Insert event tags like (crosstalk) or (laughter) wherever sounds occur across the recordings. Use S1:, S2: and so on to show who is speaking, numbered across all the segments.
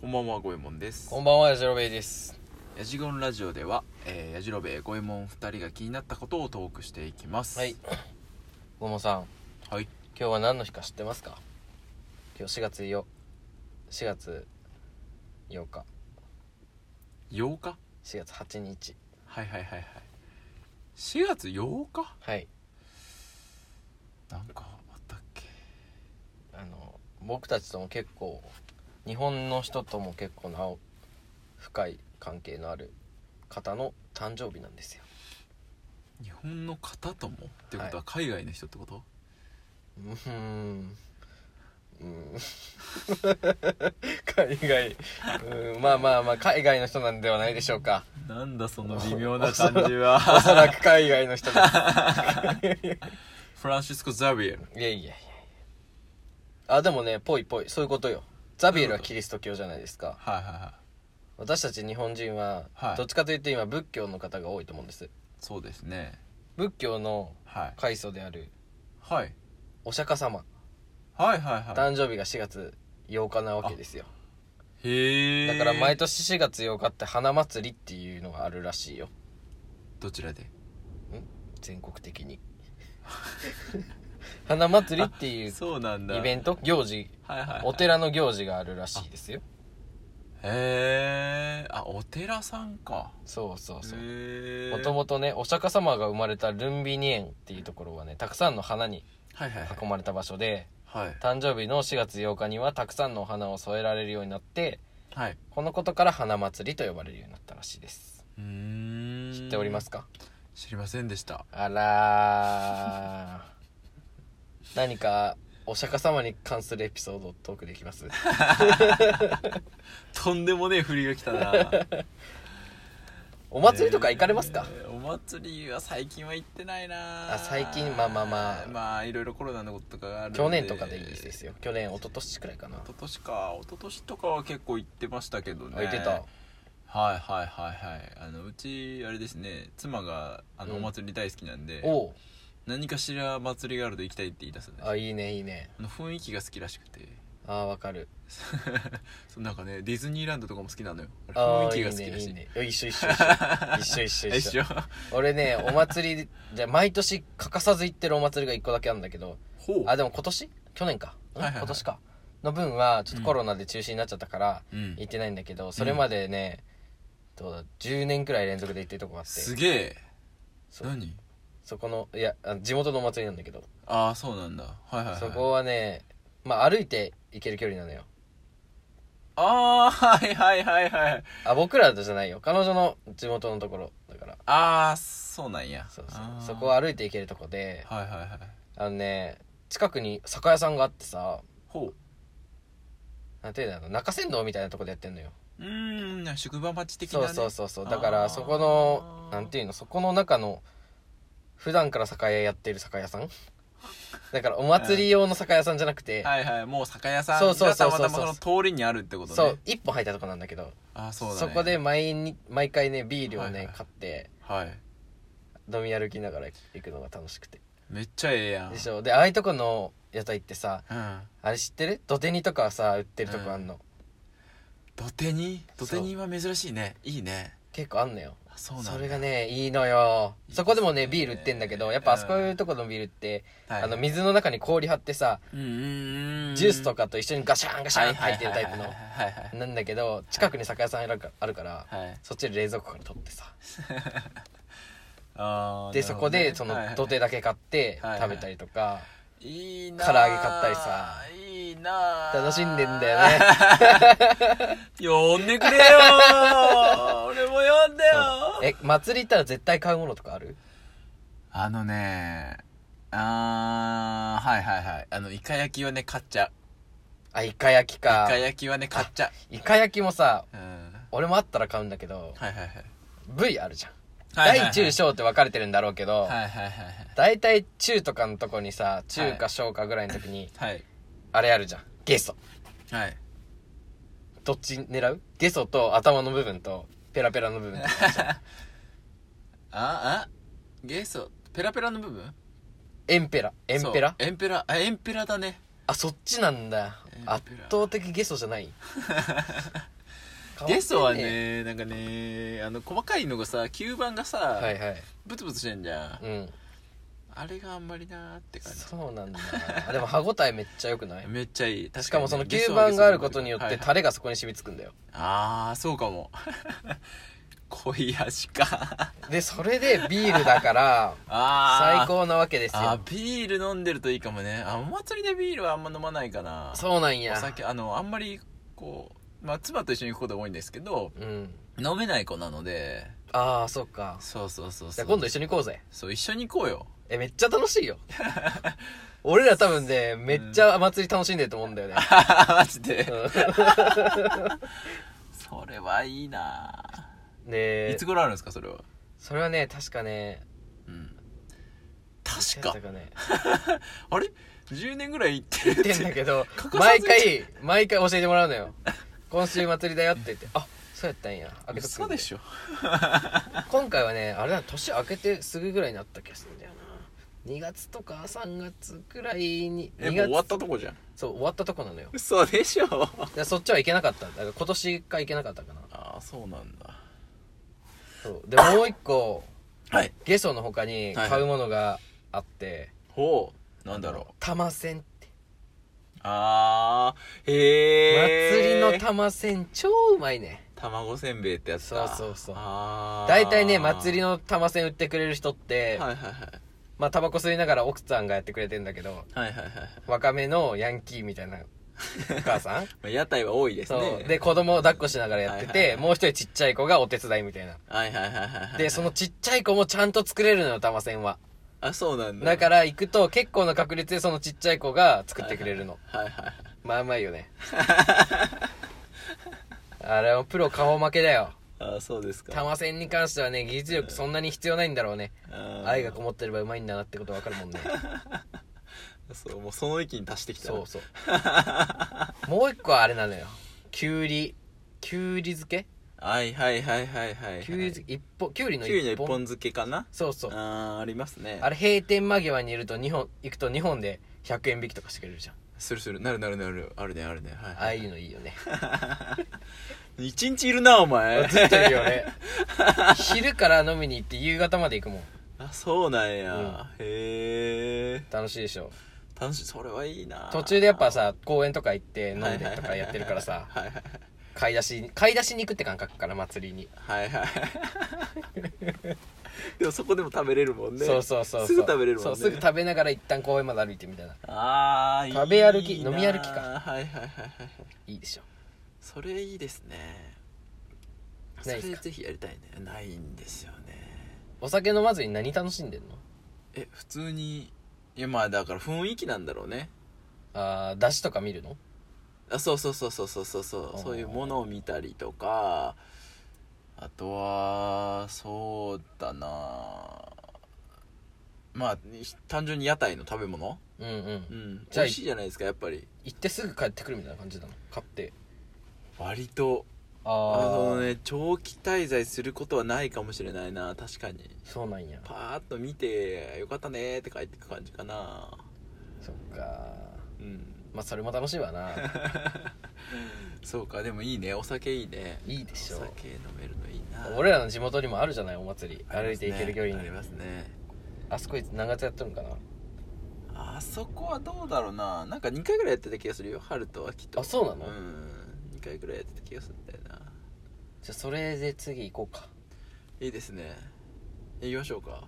S1: こんばんは、ごえもんです。
S2: こんばんは、やじろべえです。
S1: やじごんラジオでは、えー、やじろべえ、ごえもん二人が気になったことをトークしていきます。
S2: はい。ごもさん、
S1: はい。
S2: 今日は何の日か知ってますか今日4月よ、4月8日、
S1: 8日
S2: 4月8日。
S1: はいはいはいはい。4月8日
S2: はい。
S1: なんかあったっけ
S2: あの、僕たちとも結構、日本の人とも結構なお、深い関係のある方の誕生日なんですよ。
S1: 日本の方ともってことは海外の人ってこと、
S2: うーん。うーん (laughs) 海外うーんまあまあまあ海外の人なんではないでしょうか
S1: なんだその微妙な感じは。
S2: おそらく海外の人です
S1: (laughs) フランシスコ・ザビエル。
S2: いやいやいやいやあでもねぽいぽいそういうことよザビエルはキリスト教じゃないですか
S1: はいはいはい。
S2: 私たち日本人は
S1: はい
S2: どっちかというと今仏教の方が多いと思うんです
S1: そうですね。
S2: 仏教の
S1: はい。
S2: 開祖である
S1: はい。
S2: お釈迦様
S1: はいはいは
S2: 誕生日が4月8日なわけですよ
S1: い。へえ。
S2: だから毎年4月8日って花祭りっていうのがあるらしいよ
S1: どちらで
S2: 全国的に (laughs) 花祭りっていう
S1: そうなんだ。
S2: イベント行事
S1: はいはい、はい。
S2: お寺の行事があるらしいですよ
S1: へえあお寺さんか
S2: そうそうそう
S1: へえ
S2: もともとねお釈迦様が生まれたルンビニ園っていうところはねたくさんの花に
S1: はいはい
S2: 囲まれた場所で
S1: はい
S2: 誕生日の4月8日にはたくさんのお花を添えられるようになって
S1: はい
S2: このことから花祭りと呼ばれるようになったらしいです
S1: うーん
S2: 知っておりますか
S1: 知りませんでした
S2: あら
S1: (laughs)
S2: ー何かお釈迦様に関するエピソードをトークできます
S1: とんでもねえ振りが来た
S2: (laughs)
S1: な
S2: お祭りとか行かれますか、
S1: えーお祭りは最近は行ってないな
S2: あ最近まあまあまあ
S1: まあいろいろコロナのこととかがあるん
S2: 去年とかでいいです
S1: よ
S2: よ去年一昨年くらいかな
S1: 一昨年か一昨年とかは結構行ってましたけどね
S2: 置いてた
S1: はいはいはいはいあのうちあれですね妻があのお祭り大好きなんで、
S2: おう
S1: 何かしら祭りがあると行きたいって言い出すんです
S2: あいいねいいね
S1: あの雰囲気が好きらしくて
S2: あーわかる
S1: そうなんかねディズニーランドとかも好きなのよあれ
S2: あ
S1: 雰囲
S2: ー
S1: 気が好きらしい
S2: いいねいいねいや一緒一緒
S1: (laughs)
S2: 一緒一緒一
S1: 一
S2: 緒
S1: 緒
S2: 俺ねお祭りじゃ毎年欠かさず行ってるお祭りが一個だけあるんだけど
S1: ほう
S2: あでも今年去年か、
S1: はい
S2: ん
S1: はいはい
S2: 今年かの分はちょっとコロナで中止になっちゃったから
S1: うん
S2: 行ってないんだけど、それまでね、どうだ10年くらい連続で行ってるとこがあって
S1: すげえ
S2: そう
S1: 何
S2: そこのいやあ地元のお祭りなんだけど、
S1: ああそうなんだはいはい、はい、
S2: そこはねまあ歩いて行ける距離なのよ
S1: ああはいはいはいはい
S2: あ僕らじゃないよ彼女の地元のところだから
S1: ああそうなんや
S2: そう
S1: あー
S2: そうそこは歩いて行けるとこで
S1: はいはいはい
S2: あのね近くに酒屋さんがあってさ
S1: ほ
S2: なんていうんだろう中山道みたいなとこでやってんのよ、
S1: ううーん宿場町的な、
S2: そ
S1: ね、
S2: うそうそうそうだ
S1: あ
S2: か
S1: ー
S2: らそこのなんていうのそこの中の普段から酒屋やってる酒屋さんだからお祭り用の酒屋さんじゃなくて、
S1: はいはいもう酒屋さん
S2: そうそうそうそう
S1: がたまたまその通りにあるってことね
S2: そう一本入ったとこなんだけど
S1: ああ
S2: そ
S1: そうだ、ね、
S2: こで毎に毎回ねビールをね、
S1: はいはい
S2: 買って
S1: はい
S2: 飲み歩きながら行くのが楽しくて
S1: めっちゃええやん
S2: でしょでああいうとこの屋台ってさ
S1: うん
S2: あれ知ってる土手にとかさ売ってるとこあんの、
S1: 土手に土
S2: そう
S1: 手には珍しいねいいね
S2: 結構あんのよ
S1: あそうなんだ
S2: それがねいいのよ
S1: いいですね
S2: そこでもねビール売ってんだけどやっぱあそこいうとこのビールって、
S1: はい
S2: あの水の中に氷張ってさ、
S1: うんうんうん
S2: ジュースとかと一緒にガシャンガシャンって入ってるタイプ
S1: はい
S2: の
S1: はいはい
S2: なんだけど近くに酒屋さんあるからあるか
S1: は
S2: ら
S1: いはい
S2: そっちで冷蔵庫から取ってさ
S1: あー
S2: で
S1: なる
S2: そ
S1: ほ
S2: こ
S1: どね
S2: でその
S1: はいはい
S2: 土手だけ買って
S1: はいはい
S2: 食べたりとか
S1: いいな
S2: 唐揚げ買ったりさ
S1: いいな
S2: 楽しんでんだよ
S1: ね (laughs)
S2: ね
S1: 呼んでくれよ
S2: (laughs)
S1: ー俺も呼んでよ
S2: そうえ祭り行ったら絶対買うものとかある
S1: あのねあーはいはいはいあのイカ焼きはね買っちゃう
S2: あイカ焼き
S1: イ
S2: か
S1: カ焼きはね買っちゃ
S2: イカ焼きもさ
S1: ううん
S2: 俺もあったら買うんだけど
S1: はいはいはい
S2: V あるじゃん
S1: はいはいはい
S2: 大中小って分かれてるんだろうけど、
S1: はいはいはいはい
S2: 大体中とかのとこにさ中か小かぐらいの時に
S1: はい
S2: あれあるじゃんゲソ
S1: はい
S2: どっち狙うゲソと頭の部分とペラペラの部分と
S1: ああゲソペラペラの部分
S2: エンペラエンペラ
S1: そうエンペラあエンペラだね
S2: あそっちなんだ
S1: エンペラ
S2: 圧倒的ゲソじゃない
S1: (laughs) ゲストはねなんかねあの細かいのがさ吸盤がさ、
S2: はいはい
S1: ブツブツしてんじゃん、
S2: うん
S1: あれがあんまりなーって感じ
S2: そうなんだ
S1: (laughs)
S2: あでも歯ごたえめっちゃ良くない
S1: めっちゃいい確かに
S2: しかもその吸盤があることによっ
S1: はい
S2: て
S1: はい
S2: タレがそこに染みつくんだよ
S1: ああそうかも (laughs) 恋足か (laughs)
S2: でそれでビールだから
S1: ああ
S2: 最高なわけです
S1: あ
S2: よ
S1: ービール飲んでるといいかもねあお祭りでビールはあんま飲まないかな
S2: そうなんや
S1: お酒あのあんまりこうまあ妻と一緒に行くことが多いんですけど
S2: うん
S1: 飲めない子なので
S2: ああそっか
S1: そうそうそう
S2: じ
S1: そ
S2: ゃ
S1: う
S2: あ今度一緒に行こうぜ
S1: そう一緒に行こうよ
S2: えめっちゃ楽しいよ (laughs) 俺ら多分ねめっちゃ祭り楽しんでると思うんだよね
S1: あ (laughs) ーマジで
S2: う
S1: それはいいなん
S2: ね
S1: いつ頃あるんですかそれは
S2: それはね確かね
S1: うん確か
S2: やったかね
S1: あれ10年ぐらい行ってる
S2: 言ってんだ
S1: (laughs)
S2: けど
S1: 欠かさ
S2: 毎
S1: ず
S2: 回毎回教えてもらうのよ今週祭りだよって言ってあそうやったんや開けとく
S1: 嘘でしょ
S2: 今回はねあれだ年明けてすぐぐらいになった気がするんだよな2月とか3月くらいに
S1: えも
S2: 2
S1: う
S2: 月
S1: 終わったとこじゃん
S2: そう終わったとこなのよ
S1: 嘘でしょ
S2: でそっちは行けなかっただから今年か行けなかったかな
S1: (laughs) ああそうなんだ
S2: そうでもう一個
S1: はい
S2: ゲソの他に買うものがあって、
S1: ほうなんだろう
S2: 玉線って
S1: あーへえ
S2: 祭りの玉線超うまいね
S1: 卵せんべいってやつだ
S2: そうそうそう
S1: あー
S2: 大体ね祭りの玉線売ってくれる人って、
S1: はいはいはい
S2: まあタバコ吸いながら奥さんがやってくれてんだけど
S1: はいはいはいはい
S2: 若めのヤンキーみたいなお母さん
S1: まあ屋台は多い (laughs) です
S2: そう
S1: ね
S2: で子供を抱っこしながらやってて、
S1: はいはいはい
S2: もう一人ちっちゃい子がお手伝いみたいな
S1: はいはいはいはいはい
S2: でそのちっちゃい子もちゃんと作れるのよ玉線は
S1: あそうなんだ
S2: だからら行くと結構な確率でそのちっちゃい子が作ってくれるの、
S1: はいはいはい
S2: まあうまい
S1: (laughs)
S2: よねあれはプロ顔負けだよ
S1: あーそうですか
S2: 玉線に関してはね技術力そんなに必要ないんだろうね
S1: あー
S2: 愛がこもってればうまいんだなってことわかるもんね
S1: そうもう (laughs) その域に達してきたな
S2: そうそうもう一個はあれなのよきゅうりきゅうり漬け
S1: はいはいはいはいはいはい
S2: きゅうり漬け一本きゅうりの
S1: キュウリの
S2: 一
S1: 一
S2: 本
S1: 本漬けかな
S2: そうそう
S1: あーありますね
S2: あれ閉店間際にいると日本行くと日本で100円引きとかしてくれるじゃん
S1: するするなるなるなるあるねあるねはい
S2: あ
S1: は
S2: あ
S1: い
S2: いうのいいよね
S1: 一日いるなお前
S2: ずっといるよね昼から飲みに行って夕方まで行くもん
S1: (laughs) あそうなんや、
S2: うん
S1: へえ
S2: 楽しいでしょ
S1: 楽しいそれはいいな
S2: 途中でやっぱさ公園とか行って飲
S1: はい
S2: んでとかやってるからさ
S1: はいはい
S2: 買い出し買い出しに行くって感覚から祭りに
S1: はいはいでもそこでも食べれるもんね
S2: そうそうそうそう
S1: すぐ食べれるもんね
S2: そうすぐ食べながら一旦公園まで歩いてみたいな
S1: ああいいな
S2: 食べ歩き飲み歩き
S1: はい
S2: か
S1: はいはいはい
S2: いいでしょ
S1: それいいですねそ
S2: な
S1: れ
S2: いですか
S1: ぜひやりたいねないんですよね
S2: お酒飲まずに何楽しんでんの
S1: え普通にいやまあだから雰囲気なんだろうね
S2: あー出汁とか見るの
S1: あそうそうそうそうそうそうそ
S2: あー
S1: うそういうものを見たりとかあとはそうだなまあひ単純に屋台の食べ物
S2: うんうん
S1: うん
S2: じ
S1: 美
S2: ゃあ
S1: 味しいじゃないですかやっぱり
S2: 行ってすぐ帰ってくるみたいな感じなの買って
S1: 割と
S2: あ
S1: あ
S2: ー
S1: のね長期滞在することはないかもしれないな確かに
S2: そうなんや
S1: パーッと見てよかったねーって帰ってく感じかな
S2: そっか
S1: うん
S2: まあそれも楽しい
S1: (laughs)
S2: わな
S1: そうかでもいいねお酒いいね
S2: いいでしょ
S1: お酒飲めるのいいな
S2: 俺らの地元にもあるじゃないお祭り
S1: あり
S2: 歩
S1: ま
S2: い
S1: す
S2: て
S1: ね
S2: 行ける距離に
S1: ありますね
S2: あそこいつ長月やっとるんかな
S1: あそこはどうだろうななんか2回ぐらいやってた気がするよ春と秋と
S2: あそうなの
S1: うん2回ぐらいやってた気がするんだよな
S2: じゃあそれで次行こうか
S1: いいですね行きましょうか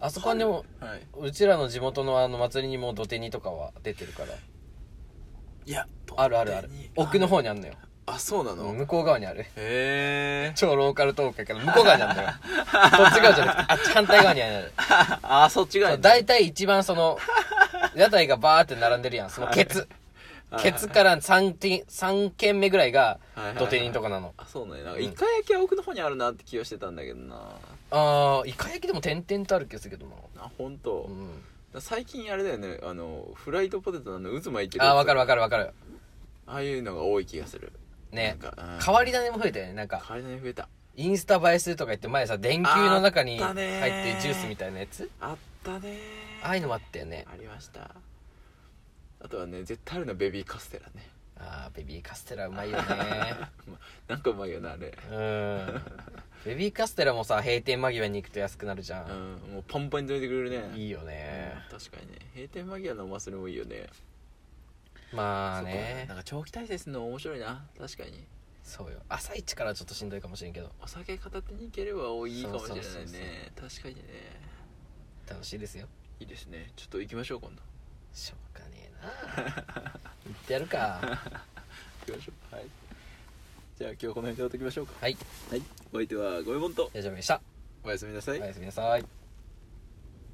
S2: あそこにも
S1: はいう
S2: ちらの地元のあの祭りにも土手にとかは出てるから
S1: いや
S2: あるあるある奥の方にあんのよ
S1: あそうなの、へ
S2: 向こう側にある
S1: え
S2: 超ローカルトークやから向こう側にあんのよこっち側じゃなくてあっち反対側にある
S1: (laughs) あそっちが
S2: そう大体一番その屋台がバーって並んでるやんそのケツケツから3軒三軒目ぐらいが土手にとかなの
S1: あそうなんやなん
S2: う
S1: か
S2: ん
S1: イカ焼きは奥の方にあるなって気がしてたんだけどな
S2: あーイカ焼きでも点々とある気がするけどな
S1: あ本当。
S2: う
S1: だか
S2: ん
S1: ら最近あれだよねあのフライドポテトのあの渦巻いてる
S2: あーわかるわ
S1: かる
S2: かるわかる
S1: ああいうのが多い気がする
S2: ね
S1: なんかうん
S2: 変わり種も増えたよねなんか
S1: 変わり種増えた
S2: インスタ映えするとか言って前さ電球の中に
S1: あった
S2: 入っ
S1: ね
S2: てジュースみたいなやつ
S1: あったね
S2: ああいうのもあったよね
S1: ありましたあとはね絶対あるのはベビーカステラね
S2: あーベビーカステラうま
S1: (laughs)
S2: いよね
S1: なんかうまいよなあれ
S2: うんベビーカステラもさ閉店間際に行くと安くなるじゃ、
S1: うんんもうパンパンに止めてくれるね
S2: いいよ
S1: うん
S2: ね、
S1: 確かにね閉店間際の飲ませるもいいよね
S2: まあ
S1: そうか
S2: ね
S1: なんか長期滞在するの面白いな確かに
S2: そうよ朝一からちょっとしんどいかもしれんけど
S1: お酒片手に行ければおいいかもしれないね
S2: そうそうそう
S1: 確かにね
S2: 楽しいですよ
S1: いいですねちょっと行きましょう今
S2: (laughs)
S1: 度
S2: しょうがね
S1: (laughs)
S2: えな行ってやるか
S1: 行きましょうはいじゃあ今日はこの辺で終わっておきましょうか
S2: はい
S1: はいお相手はごめんぼんと
S2: 大丈夫でした
S1: おやすみなさい
S2: おやすみなさい